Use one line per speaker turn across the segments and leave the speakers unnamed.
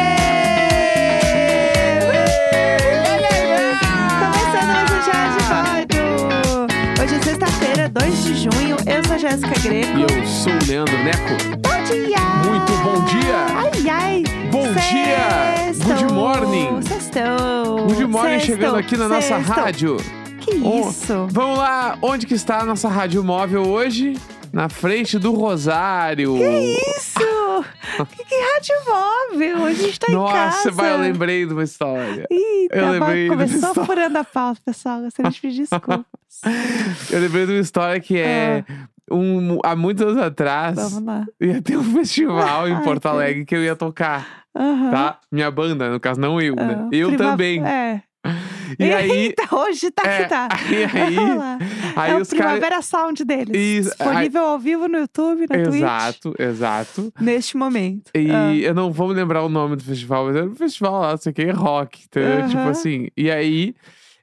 um dia 2 é de junho. Eu sou a Jéssica Greco.
E eu sou o Leandro Neco.
Bom dia!
Muito bom
Ai,
dia!
ai!
Bom dia!
Sextou!
Good morning!
Sextou!
Good morning
Sextou!
chegando aqui na nossa
Sextou!
rádio.
Que
Oh,
isso?
Vamos lá, onde que está a nossa rádio móvel hoje? Na frente do Rosário.
Isso! que, que rádio móvel! A gente tá em casa.
Nossa, vai, eu lembrei de uma história.
Eita,
Eu
agora
lembrei
começou
dessa-
furando a pauta, pessoal. Gostaria de pedir desculpas.
Eu lembrei de uma história que é um, há muitos anos atrás.
Ah. Vamos lá.
Ia ter um festival em
Ai,
Porto
Deus.
Alegre que eu ia tocar,
Aham.
tá? Minha banda, no caso, não eu, né?
Ah,
Eu
prima-
também.
É.
E aí,
Eita, hoje tá
É,
que tá.
e aí-
Olha lá.
aí
é o
os caras.
Primavera Sound deles.
Isso, é,
Disponível ao vivo no YouTube, na Twitch.
Exato, exato.
Neste momento.
E
Ah,
eu não vou me lembrar o nome do festival, mas era um festival lá, não sei o que, rock, entendeu?
Aham.
Tipo assim. E aí,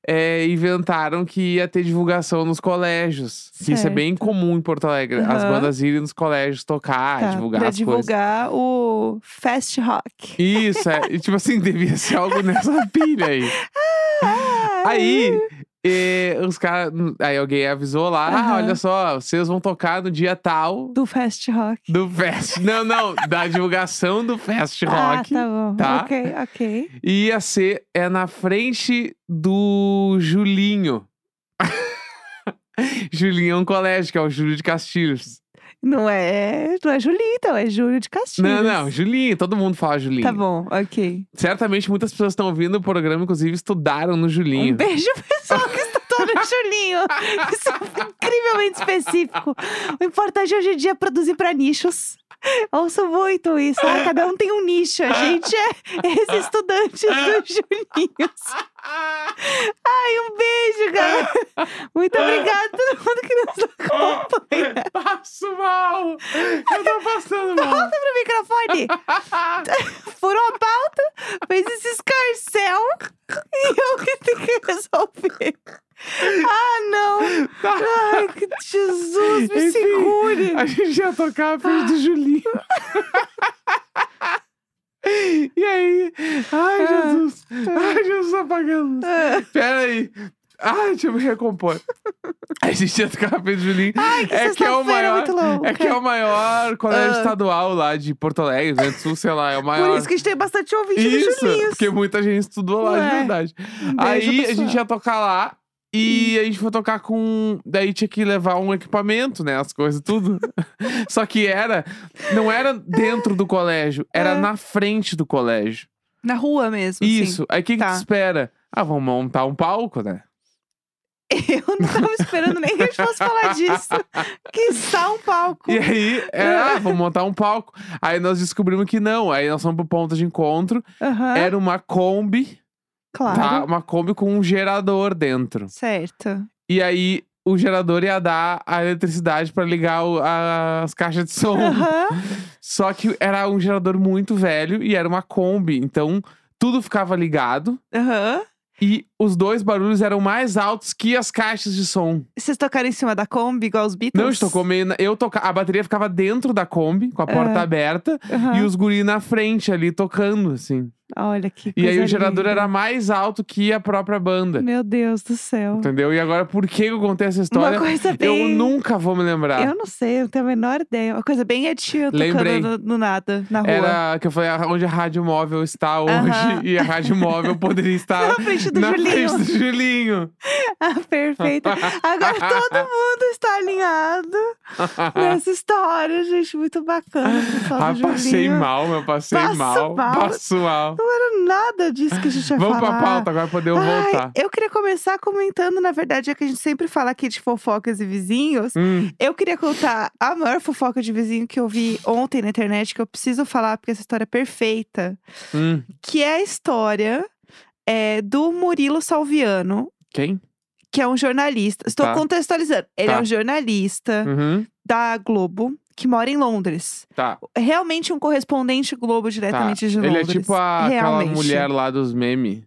é, inventaram que ia ter divulgação nos colégios. Que isso é bem comum em Porto Alegre. As
Aham.
bandas irem nos colégios tocar,
tá,
divulgar
pra
as coisas.
divulgar o Fast Rock.
Isso, é. E, tipo assim, devia ser algo nessa pilha aí.
É. Ah,
Aí, eh, os caras. Aí alguém avisou lá:
Aham.
ah, olha só, vocês vão tocar no dia tal
Do Fast Rock.
do Fest. Não, não, da divulgação do Fest
Ah,
Rock.
tá bom.
tá?
Ok, ok.
E Ia ser é na frente do Julinho. Julinho é um colégio, que é o Júlio de Castilhos.
Não é, não é Julinho, então, é Júlio de Castilhos.
Não, não, Julinho, todo mundo fala Julinho.
Tá bom, ok.
Certamente muitas pessoas estão ouvindo o programa, inclusive estudaram no
Um
Julinho.
beijo, pessoal, que estudou no Julinho. Isso é incrivelmente específico. O importante hoje em dia é produzir pra nichos. Ouço muito isso. Ah, cada um tem um nicho. A gente é esse estudante dos Julinhos.
Ah,
Ai, um beijo, galera. Muito obrigada a todo mundo que nos acompanha.
Passo mal! Eu tô passando mal!
Volta pro microfone. Furou a pauta, fez esse escarcel e eu que tenho que resolver. Ah, não. Ai, que Jesus, me
Tá. Enfim,
segure.
A gente ia tocar a frente do Julinho. e aí? Ai,
Ah.
Jesus! Ai, Jesus apagando!
Ah,
Pera aí. Ai, deixa eu me recompor. A gente ia tocar a frente do Julinho.
Ai, que
é que é o
sexta-feira
maior,
muito louca.
É que é o maior colégio
Ah.
estadual lá de Porto Alegre, Rio Grande do Sul, sei lá, é o maior.
Por isso que a gente tem bastante ouvinte dos
Isso,
Julinhos.
porque muita gente estudou lá,
Ué.
de verdade.
Um beijo,
Aí a
pessoal. Hum.
gente ia tocar lá e a gente foi tocar com. Daí tinha que levar um equipamento, né? As coisas, tudo. Só que era. Não era dentro do colégio, era
É.
na frente do colégio.
Na rua mesmo, sim.
Isso. Aí o que, que
Tá.
tu espera? Ah, vamos montar um palco, né?
Eu não tava esperando nem que a gente fosse falar disso. Que está um palco.
E aí, é, ah, vamos montar um palco. Aí nós descobrimos que não. Aí nós fomos pro ponto de encontro.
Aham,
Era uma Kombi, tá?
claro.
Uma Kombi com um gerador dentro.
Certo.
E aí o gerador ia dar a eletricidade pra ligar o- a- as caixas de som.
Aham.
Só que era um gerador muito velho e era uma Kombi. Então tudo ficava ligado.
Aham.
E os dois barulhos eram mais altos que as caixas de som.
Vocês tocaram em cima da Kombi, igual os Beatles?
Não, a gente tocou meio. na- Eu toca... A bateria ficava dentro da Kombi, com a porta
Aham.
aberta.
Aham.
E os guri na frente ali tocando, assim.
Olha que
E aí
coisa
o gerador
linda.
era mais alto que a própria banda.
Meu Deus do céu.
Entendeu? E agora, por que eu contei essa Então, história?
Uma coisa
Eu
bem...
nunca vou me lembrar.
Eu não sei, eu não tenho a menor ideia. Uma coisa bem etinha
Lembrei.
tocando no, no nada, na rua.
Era que eu falei a- onde a rádio móvel está hoje.
Aham.
E a rádio móvel poderia estar
Na frente do
na
Julinho.
frente do Julinho.
Ah, perfeito. Agora todo mundo está alinhado nessa história, gente. Muito bacana. pessoal do
ah, passei
Julinho.
mal, meu. Passei
Passo
mal.
mal.
Passo mal.
Não era nada disso que a gente ia
Vamos
falar.
pra pauta, agora poder eu
Ai,
voltar.
eu queria começar comentando, na verdade, é que a gente sempre fala aqui de fofocas e vizinhos.
Hum,
Eu queria contar a maior fofoca de vizinho que eu vi ontem na internet, que eu preciso falar, porque essa história é perfeita.
hum.
Que é a história é, do Murilo Salviano,
Quem?
que é um jornalista. Estou
Tá.
contextualizando. Ele
Tá.
é um jornalista
Uhum.
da Globo, que mora em Londres.
Tá.
Realmente um correspondente Globo diretamente de
Ele é
Londres.
tipo a- aquela
Realmente.
mulher lá dos memes.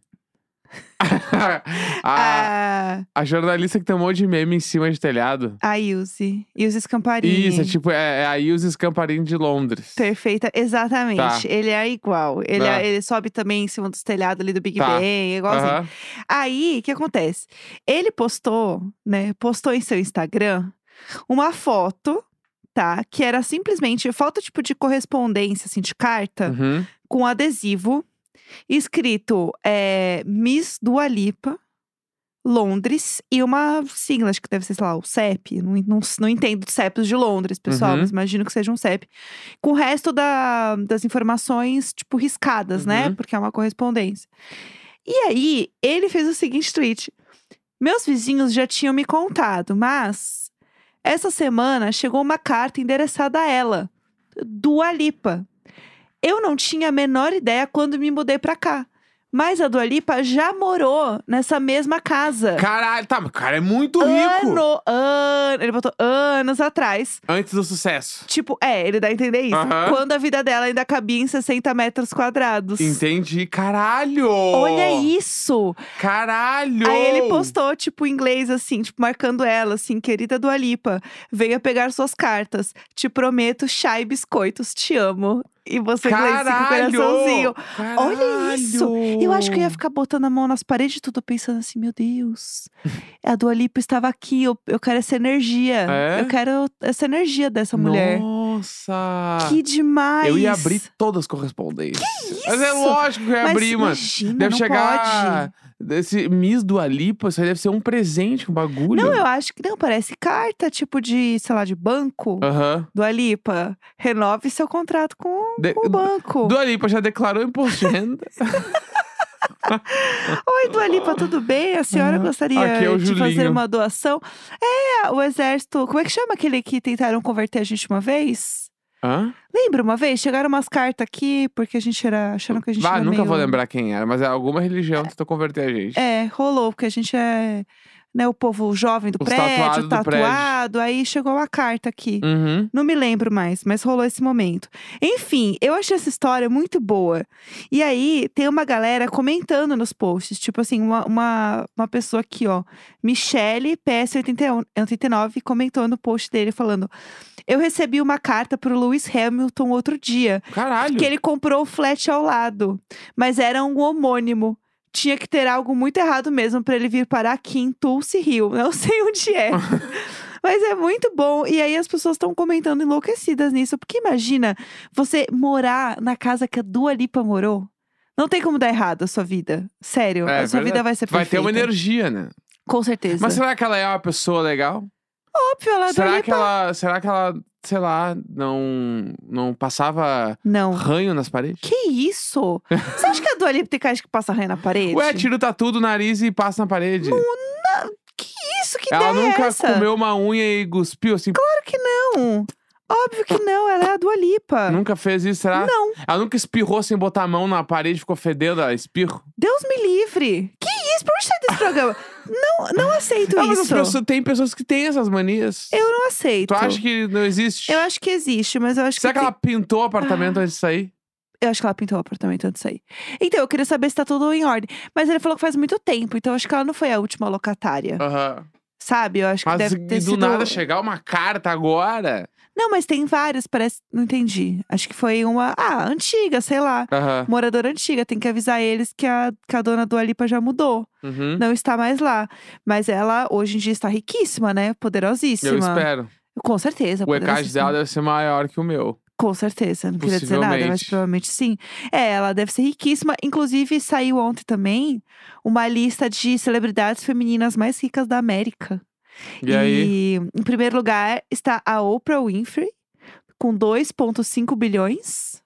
Ah.
a,
A,
a jornalista que tem um monte de meme em cima de telhado.
a Ilse. Ilse Scamparini.
Isso, é tipo, é, é a Ilse Scamparini de Londres.
Perfeita, exatamente.
Tá.
Ele é igual. Ele, é-
Ah.
ele sobe também em cima dos telhados ali do Big
Tá.
Ben, igualzinho.
Aham.
Aí, o que acontece? Ele postou, né? Postou em seu Instagram uma foto, tá? Que era simplesmente foto tipo de correspondência, assim, de carta,
Uhum.
com adesivo, escrito é, Miss Dua Lipa, Londres, e uma sigla, acho que deve ser, sei lá, o CEP. Não, não, não entendo de CEPs de Londres, pessoal,
Uhum.
mas imagino que seja um CEP. Com o resto da- das informações, tipo, riscadas, né?
Uhum.
Porque é uma correspondência. E aí, ele fez o seguinte tweet. Meus vizinhos já tinham me contado, mas essa semana chegou uma carta endereçada a ela, Dua Lipa. Eu não tinha a menor ideia quando me mudei pra cá, mas a Dua Lipa já morou nessa mesma casa.
Caralho, tá, mas o cara é muito rico.
Ano, ano, ele botou anos atrás.
Antes do sucesso.
Tipo, é, ele dá a entender isso.
Aham.
Quando a vida dela ainda cabia em 60 metros quadrados.
Entendi. Caralho!
Olha isso!
Caralho!
Aí ele postou, tipo, em inglês, assim, tipo, marcando ela, assim, querida Dua Lipa, venha pegar suas cartas. Te prometo chá e biscoitos, te amo. E você inglês assim, com o
Caralho!
coraçãozinho.
Caralho!
Olha isso! Eu acho que eu ia ficar botando a mão nas paredes e tudo, pensando assim, meu Deus, a Dua Lipa estava aqui, eu, eu quero essa energia.
É?
Eu quero essa energia dessa mulher.
Nossa!
Que demais!
Eu ia abrir todas as correspondências. Mas é
isso?
lógico que eu ia
Mas
abrir, mano.
imagina,
Deve
não
chegar.
pode.
Esse Miss do Alipa, isso aí deve ser um presente, um bagulho.
Não, eu acho que não, parece carta, tipo de, sei lá, de banco.
Aham.
Dua Lipa, renove seu contrato com,
De-
com o banco.
Dua Lipa já declarou imposto de renda.
Oi, Dua Lipa, tudo bem? A senhora
Aham.
gostaria
Aqui é o
de fazer
Julinho.
uma doação? É, o exército. Como é que chama aquele que tentaram converter a gente uma vez?
Hã?
Lembra uma vez? Chegaram umas cartas aqui porque a gente era. achando que a gente
Bah,
era.
nunca vou
meio-
lembrar quem era, mas é alguma religião que tentou converter a gente.
É, rolou, porque a gente é. Né, o povo jovem do
Os
prédio,
tatuados do prédio.
tatuado. Aí chegou uma carta aqui.
Uhum.
Não me lembro mais, mas rolou esse momento. Enfim, eu achei essa história muito boa. E aí, tem uma galera comentando nos posts. Tipo assim, uma, uma, uma pessoa aqui, ó. Michele um, PS89 comentou no post dele, falando: Eu recebi uma carta pro Lewis Hamilton outro dia,
Caralho.
que ele comprou o flat ao lado, mas era um homônimo. Tinha que ter algo muito errado mesmo pra ele vir parar aqui em Tulse Hill. Não sei onde é. Mas é muito bom. E aí as pessoas estão comentando enlouquecidas nisso. Porque imagina você morar na casa que a Dua Lipa morou. Não tem como dar errado a sua vida. Sério,
É,
a sua
verdade.
vida vai ser
Vai
perfeita.
ter uma energia, né?
Com certeza.
Mas será que ela é uma pessoa legal?
Óbvio, ela é Dua
será
Lipa.
que ela. Será que ela, sei lá, não, não passava
Não.
ranho nas paredes?
Que isso? Você acha que a Dua Lipa tem cara de que passa raio na parede?
Ué, tira tá tudo nariz e passa na parede.
Que isso? Que
ela
ideia
nunca
é essa?
comeu uma unha e cuspiu assim.
Não. Óbvio que não, ela é a Dua Lipa.
Nunca fez isso, será?
Não.
Ela nunca espirrou sem botar a mão na parede, ficou fedendo a espirro.
Deus me livre. Que isso? Por onde sai desse programa? não, não aceito
Ah, mas as
isso.
pessoas- tem pessoas que têm essas manias.
Eu não aceito.
Tu acha que não existe?
Eu acho que existe, mas eu acho
Será que
tem-
ela pintou o
Ah.
apartamento antes de sair?
Eu acho que ela pintou o apartamento antes de sair. Então, eu queria saber se tá tudo em ordem. Mas ele falou que faz muito tempo, então eu acho que ela não foi a última locatária.
Aham.
Sabe? Eu acho que
Mas
deve ter
do
sido.
nada chegar uma carta agora.
Não, mas tem várias, parece. Não entendi. Acho que foi uma. Ah, antiga, sei lá.
Aham.
Moradora antiga, tem que avisar eles que a, que a dona do Alipa já mudou.
Uhum.
Não está mais lá. Mas ela hoje em dia está riquíssima, né? Poderosíssima.
Eu espero.
Com certeza.
O ECAD
poderosíssima.
dela deve ser maior que o meu.
Com certeza, não queria dizer nada, mas
Possivelmente.
provavelmente sim. É, ela deve ser riquíssima. Inclusive, saiu ontem também uma lista de celebridades femininas mais ricas da América.
E aí?
em primeiro lugar está a Oprah Winfrey, com 2,5 bilhões.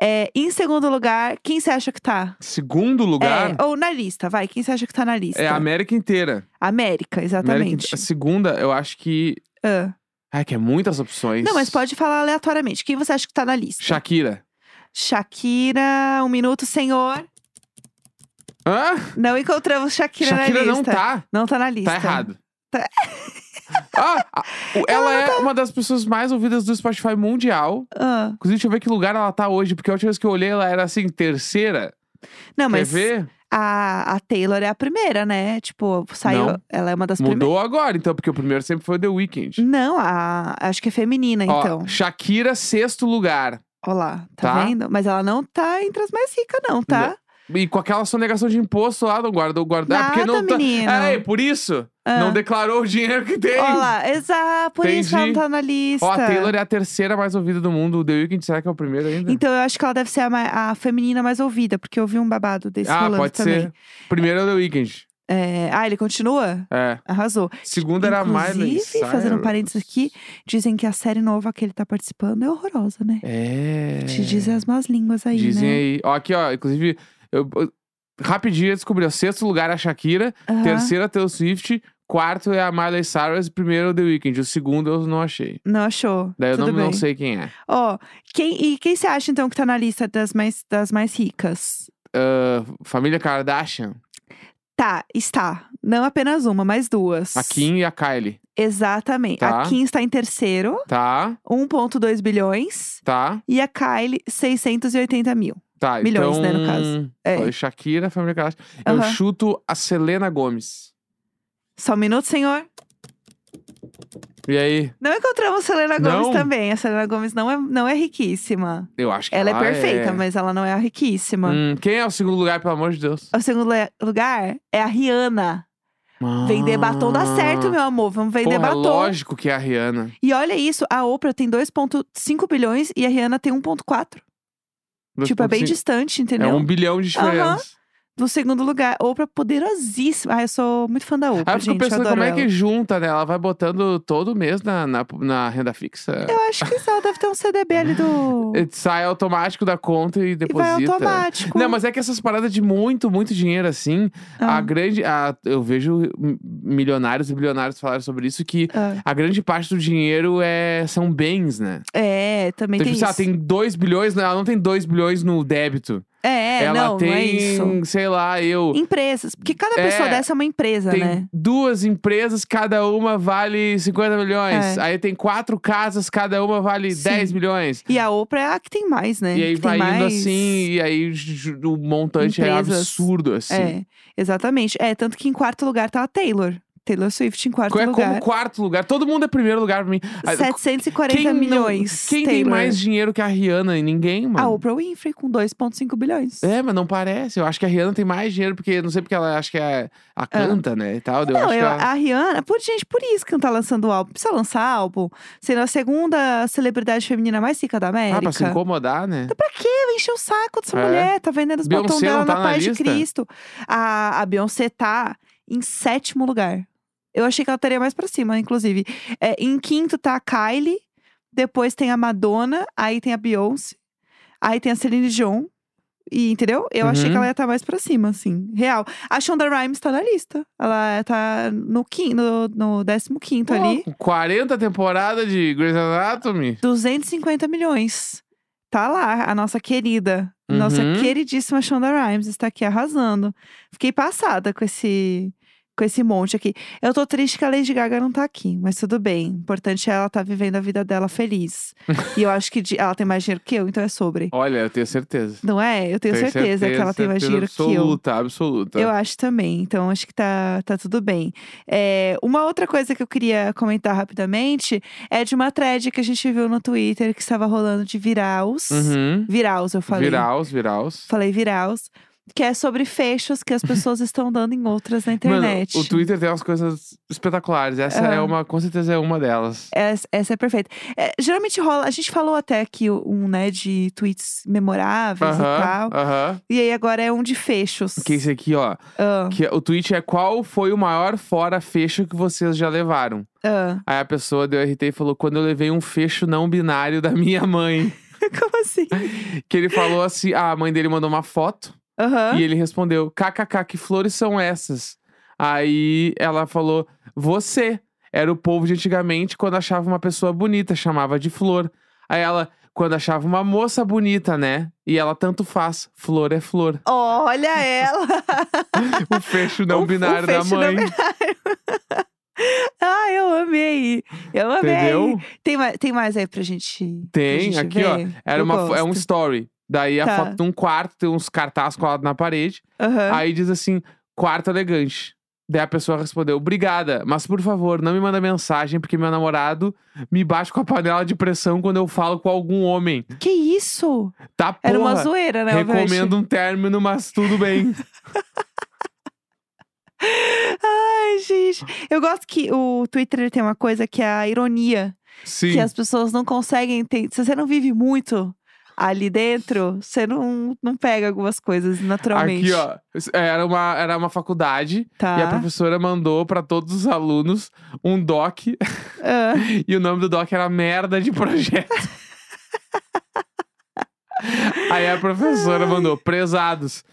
É, em segundo lugar, quem você acha que tá?
Segundo lugar
É, ou na lista, vai. Quem você acha que tá na lista?
é, a América inteira.
América,
América
exatamente.
inte- A segunda, eu acho que.
Ah.
Ai, que é muitas opções.
Não, mas pode falar aleatoriamente. Quem você acha que tá na lista?
Shakira.
Shakira, um minuto, senhor.
Hã?
Não encontramos Shakira,
Shakira
na
não
lista.
tá.
Não tá na lista.
Tá errado.
Tá-
Ah, a- o- ela é uma das pessoas mais ouvidas do Spotify mundial.
Ah,
Inclusive, deixa eu ver que lugar ela tá hoje, porque a última vez que eu olhei, ela era assim, terceira.
Não, Ah,
Quer
mas
ver?
a, a Taylor é a primeira, né? Tipo, saiu.
Não.
Ela é uma das primeiras.
Mudou agora, então, porque o primeiro sempre foi o The Weeknd.
Não, a, acho que é feminina,
Ó,
então.
Shakira, sexto lugar.
Olha lá, tá,
tá.
vendo? Mas ela não tá entre as mais ricas, não, tá?
E com aquela sonegação de imposto lá, não guarda, guardar. porque não
Nada,
tá.
menino. Ah.
É, e por isso. Não declarou o dinheiro que tem.
Olha lá, exato, por isso ela não
Entendi.
tá na lista.
Ó, a Taylor é a terceira mais ouvida do mundo. O The Weeknd, será que é o primeiro ainda?
Então eu acho que ela deve ser a, ma- a feminina mais ouvida, porque eu vi um babado desse
ah,
rolando
pode
também.
ser. Primeiro é o The Weeknd.
É, Ah, ele continua?
É.
Arrasou.
Segunda era a Miley
Inclusive, fazendo um
Cyrus.
parênteses aqui, dizem que a série nova que ele tá participando é horrorosa, né?
É.
Te dizem as más línguas aí,
Dizem
né?
aí. Ó, aqui, ó. Inclusive, eu, eu- rapidinho eu descobri. O sexto lugar é a Shakira.
Aham.
Terceiro é a Taylor Swift. Quarto é a Miley Cyrus. Primeiro é o The Weeknd. O segundo eu não achei.
Não achou.
Daí eu
Tudo
não,
bem.
não sei quem é.
Ó, quem, e quem você acha então que tá na lista das mais, das mais ricas?
Ah, família Kardashian.
Tá, está. Não apenas uma, mas duas.
A Kim e a Kylie.
Exatamente. A
Tá.
Kim está em terceiro,
Tá,
1,2 bilhões.
tá,
E a Kylie, 680 mil.
tá.
Milhões,
então...
né, no caso. É.
Foi Shakira, família Kardashian. Eu
Aham.
chuto a Selena Gomes.
Só um minuto, senhor.
E aí?
Não encontramos Selena Gomes
Não?
também. A Selena Gomes não é, não é riquíssima.
Eu acho que
Ela
ela,
é perfeita,
é...
mas ela não é a riquíssima.
Hum, quem é o segundo lugar, pelo amor de Deus?
O segundo le- lugar é a Rihanna. Vender batom dá certo, meu amor. Vamos vender
Porra,
batom.
lógico que é a Rihanna.
E olha isso, a Oprah tem 2,5 bilhões e a Rihanna tem 1,4. Tipo, é bem
2,5.
distante, entendeu?
É um bilhão de diferença.
Do segundo lugar, Oprah é poderosíssima. Ah, eu sou muito fã da Oprah,
Aí eu fico
gente. eu
pensando
adoro
como é que
ela.
junta, né? Ela vai botando todo mês na, na, na renda fixa.
Eu acho que ela deve ter um CDB ali do...
Sai automático da conta e
e vai
deposita.
automático.
Não, mas é que essas paradas de muito, muito dinheiro assim,
Ah,
a grande. a- eu vejo m- milionários e bilionários falarem sobre isso que
ah.
a grande parte do dinheiro é, são bens, né?
É, também
Então,
tem
tipo, sei lá,
isso.
tem 2 bilhões, né? ela não tem 2 bilhões no débito.
É,
ela
não,
tem,
não é isso.
sei lá, eu.
Empresas, porque cada
É,
pessoa dessa é uma empresa,
Tem
né?
duas empresas, cada uma vale 50 milhões.
É.
Aí tem quatro casas, cada uma vale
Sim.
10 milhões.
E a Oprah é a que tem mais, né?
E aí
que tem
vai indo
mais...
assim, e aí ju- o montante é
Empresas.
absurdo, assim.
É, exatamente. É, tanto que em quarto lugar tá a Taylor. Taylor Swift em quarto
é como
lugar.
quarto lugar. Todo mundo é primeiro lugar pra mim. Ah,
740
quem não-
milhões.
quem tem
Taylor. Ah,
mais dinheiro que a Rihanna? E Ninguém, mano.
A Oprah Winfrey com 2,5 bilhões.
É, mas não parece. Eu acho que a Rihanna tem mais dinheiro, porque não sei porque ela acha que é, a canta, né? E tal. Eu
Ah. Não,
acho que
eu,
ela...
a Rihanna, por, gente, por isso que não tá lançando o álbum. Precisa lançar álbum, sendo a segunda celebridade feminina mais rica da América.
Ah, pra se incomodar, né?
Então, Pra quê? Vai encher o saco dessa
É.
mulher. Tá vendendo os botões
Beyoncé
dela
não tá
na
na
paz de
lista?
Cristo. A, a Beyoncé tá em sétimo lugar. Eu achei que ela estaria mais pra cima, inclusive. É, em quinto tá a Kylie. Depois tem a Madonna. Aí tem a Beyoncé. Aí tem a Celine Dion. E, entendeu? Eu achei que
Uhum.
ela ia estar mais pra cima, assim. Real. A Shonda Rhimes tá na lista. Ela tá no, quin, no, no décimo quinto Tá ali.
Com 40 temporadas de Grey's Anatomy.
250 milhões. Tá lá, a nossa querida, nossa
Uhum.
queridíssima Shonda Rhimes está aqui arrasando. Fiquei passada com esse com esse monte aqui. Eu tô triste que a Lady Gaga não tá aqui, mas tudo bem. O importante é ela tá vivendo a vida dela feliz. e eu acho que di- ela tem mais dinheiro que eu, então é sobre.
Olha, eu tenho certeza.
Não é? Eu tenho, certeza, que ela tem mais
certeza
dinheiro que eu.
Absoluta, absoluta.
Eu acho também, então acho que tá, tá tudo bem. É, uma outra coisa que eu queria comentar rapidamente é de uma thread que a gente viu no Twitter que estava rolando de viraus.
Uhum.
Viraus, eu falei.
Viraus, viraus.
Falei viraus. Que é sobre fechos que as pessoas estão dando em outras na internet.
Mano, o Twitter tem umas coisas espetaculares. Essa
Ah.
é uma, com certeza é uma delas.
Essa, essa é perfeita. É, geralmente rola, a gente falou até aqui um, né, de tweets memoráveis e
Aham,
tal.
aham.
E aí agora é um de fechos.
Que esse aqui, ó.
Ah,
Que o tweet é qual foi o maior fora fecho que vocês já levaram.
ah.
Aí a pessoa deu RT e falou: quando eu levei um fecho não binário da minha mãe.
Como assim?
Que ele falou assim: ah, a mãe dele mandou uma foto
Aham.
e ele respondeu: kkk, que flores são essas? Aí ela falou: você. Era o povo de antigamente, quando achava uma pessoa bonita, chamava de flor. Aí ela, quando achava uma moça bonita, né? E ela tanto faz, flor é flor.
Olha ela!
O fecho não
O- o
binário da
fecho Um não
mãe.
Ah, eu amei! Eu amei!
Entendeu?
Tem, ma- tem mais aí pra gente. pra
Tem,
gente
aqui, ó.
ver?
Era
Eu
uma, fo- é um
gosto.
story. Daí a
Tá. É.
foto de um quarto, tem uns cartazes colados na parede.
Aham.
Aí diz assim, quarto elegante. Daí a pessoa respondeu: Obrigada, mas por favor, não me manda mensagem, porque meu namorado me bate com a panela de pressão quando eu falo com algum homem.
Que isso?
Tá porra.
Era uma zoeira, né? obviamente?
Recomendo um término, mas tudo bem.
Ai, gente. Eu gosto que o Twitter ele tem uma coisa que é a ironia.
Sim.
Que as pessoas não conseguem entender. Se você não vive muito ali dentro, você não, não pega algumas coisas naturalmente.
Aqui, ó. Era uma, era uma faculdade
Tá.
e a professora mandou pra todos os alunos um doc
Ah,
e o nome do doc era Merda de Projeto. Aí a professora mandou: Prezados.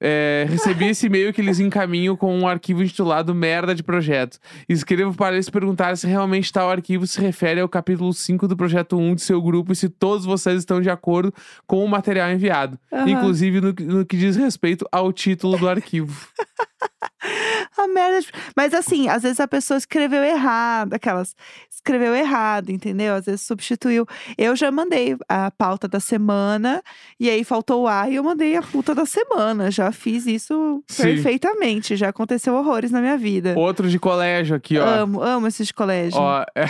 é, recebi esse e-mail que eles encaminham com um arquivo intitulado Merda de Projeto. Escrevo para eles perguntar se realmente tal arquivo se refere ao capítulo 5 do projeto 1 de seu grupo e se todos vocês estão de acordo com o material enviado,
Aham.
inclusive no, que- no que diz respeito ao título do arquivo.
a merda. de- Mas assim, às vezes a pessoa escreveu errado, aquelas. Escreveu errado, entendeu? Às vezes substituiu. Eu já mandei a pauta da semana, e aí faltou o A e eu mandei a puta da semana. Já fiz isso
Sim.
perfeitamente. Já aconteceu horrores na minha vida.
Outro de colégio aqui, ó.
Amo, amo esses colégios.
Ó, é,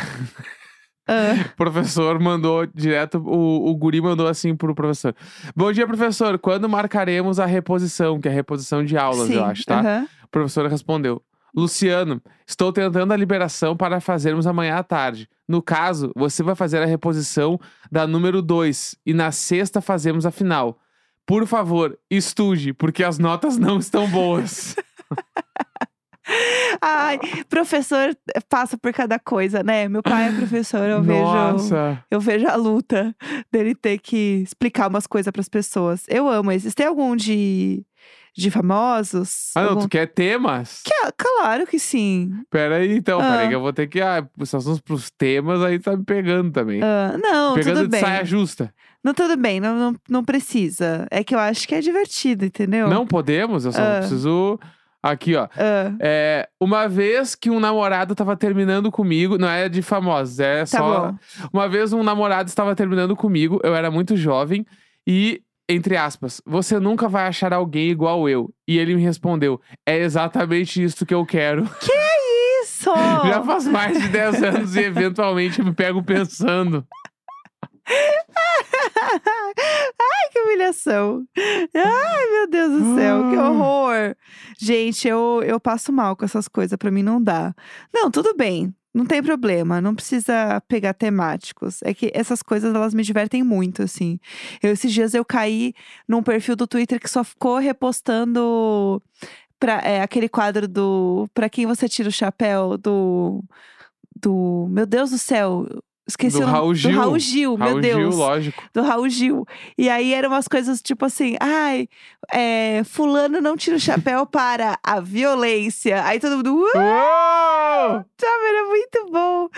Ah,
O professor mandou direto, o, o guri mandou assim pro professor. Bom dia, professor. Quando marcaremos a reposição, que é a reposição de aulas,
sim,
eu acho, tá?
aham.
O professor respondeu. Luciano, estou tentando a liberação para fazermos amanhã à tarde. No caso, você vai fazer a reposição da número 2 e na sexta fazemos a final. Por favor, estude, porque as notas não estão boas.
Ai, professor eh, passa por cada coisa, né? Meu pai é professor, eu vejo.
Nossa.
Eu vejo a luta dele ter que explicar umas coisas pras pessoas. Eu amo esses. Tem algum de, de famosos?
Ah, não,
Algum-
tu quer temas?
Que- é, claro que sim.
Peraí, então,
Ah.
peraí, que eu vou ter que. Ah, os assuntos pros temas aí tá me pegando também.
Ah, não,
pegando
tudo
de
bem.
saia justa.
Não, tudo bem, não, não, não precisa. É que eu acho que é divertido, entendeu?
Não podemos, eu só
Ah.
preciso. Aqui, ó.
Ah,
É, uma vez que um namorado tava terminando comigo, não é de famosos, é
tá
só.
bom.
Uma vez um namorado estava terminando comigo, eu era muito jovem, e, entre aspas, você nunca vai achar alguém igual eu. E ele me respondeu: é exatamente isso que eu quero.
Isso!
Já faz mais de 10 anos e eventualmente eu me pego pensando.
Ai, que humilhação. Ai, meu Deus do céu, que
Ah.
horror. Gente, eu, eu passo mal com essas coisas, pra mim não dá. Não, tudo bem, não tem problema, não precisa pegar temáticos. É que essas coisas, elas me divertem muito, assim. Eu, esses dias eu caí num perfil do Twitter que só ficou repostando pra, é, aquele quadro do... Pra quem você tira o chapéu do... do meu Deus do céu... Esqueci
Do
o nome.
Raul Gil.
Do Raul Gil, Oh, meu
Raul Gil,
Deus
lógico.
do Raul Gil. E aí eram umas coisas tipo assim, ai, é, fulano não tira o chapéu para a violência. Aí todo mundo, uh,
Uou!
sabe, era muito bom.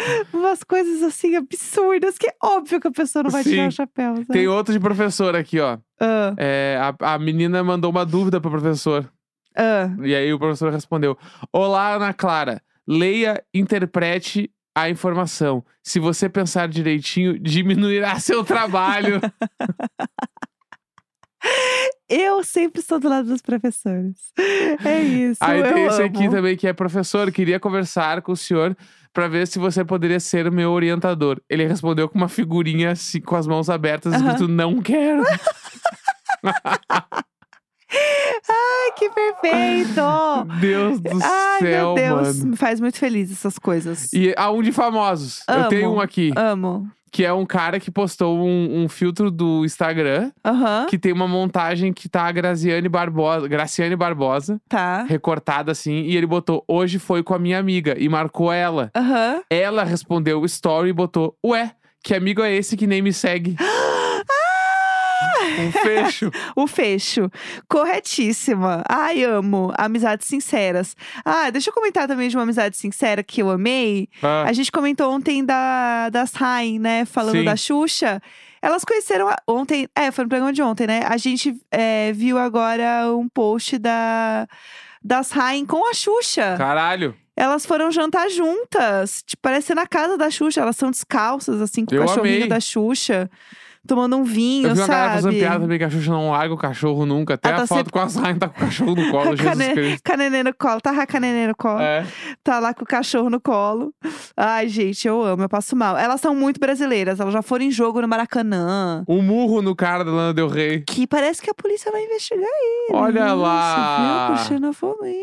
Umas coisas assim absurdas, que é óbvio que a pessoa não vai tirar o
Sim.
chapéu. né? Sabe?
Tem outro de professor aqui, ó.
Ah,
É, a, a menina mandou uma dúvida pro professor.
ah.
E aí o professor respondeu: Olá, Ana Clara. Leia, interprete a informação. Se você pensar direitinho, diminuirá seu trabalho.
Eu sempre estou do lado dos professores. É isso.
aí
eu
tem esse aqui
amo.
também que é professor. Queria conversar com o senhor para ver se você poderia ser o meu orientador. Ele respondeu com uma figurinha assim, com as mãos abertas,
Aham.
escrito: Não quero.
Ai, que perfeito!
Deus do
Ai, meu
céu,
Deus,
mano.
me faz muito feliz essas coisas.
E a um de famosos. Eu
Amo.
tenho um aqui.
Amo.
que é um cara que postou um, um filtro do Instagram
Aham,
que tem uma montagem que tá a Graziane Barbosa, Graciane Barbosa,
tá.
recortada assim, e ele botou hoje foi com a minha amiga e marcou ela.
Aham.
Ela respondeu o story e botou: "Ué, que amigo é esse que nem me segue?"
Ah!
um fecho.
O fecho. Corretíssima. Ai, amo. Amizades sinceras. Ah, deixa eu comentar também de uma amizade sincera que eu amei.
Ah,
A gente comentou ontem da, das Rain, né? Falando
Sim.
da Xuxa. Elas conheceram a- ontem. É, foi no programa de ontem, né? A gente é, viu agora um post da. Das Rain com a Xuxa.
Caralho,
Elas foram jantar juntas. Tipo, parece na casa da Xuxa. Elas são descalças, assim, com
Eu
o cachorrinho
amei.
da Xuxa. tomando um vinho,
Eu vi uma galera fazendo
sabe?
piada também que a Xuxa não larga o cachorro nunca. Até
Ela
a
tá
foto
sempre-
com a Zayn tá com o cachorro no colo, Jesus
Cane-
Cristo.
Canenê no colo, tá a canenê no colo.
É.
Tá lá com o cachorro no colo. Ai, gente, eu amo, eu passo mal. Elas são muito brasileiras, elas já foram em jogo no Maracanã.
Um murro no cara da Lana Del Rey.
Que parece que a polícia vai investigar ele.
Olha
né?
lá. Ah,
Você viu? Puxando a fome.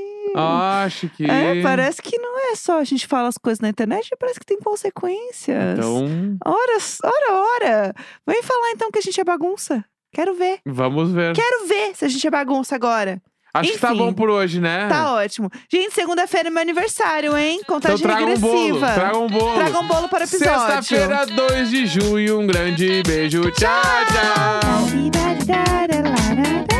Acho que.
É, parece que não é só a gente fala as coisas na internet, parece que tem consequências.
Então,
Ora, ora, ora. Vem falar então que a gente é bagunça. Quero ver.
vamos ver.
Quero ver se a gente é bagunça agora.
Acho que tá
Enfim.
bom por hoje, né?
Tá ótimo. Gente, segunda-feira é meu aniversário, hein?
então
Contagem
traga um bolo.
regressiva.
Traga um bolo.
Traga um bolo para o episódio.
Sexta-feira, 2 de junho. Um grande beijo. Tchau, tchau.
Dadadadadadarada.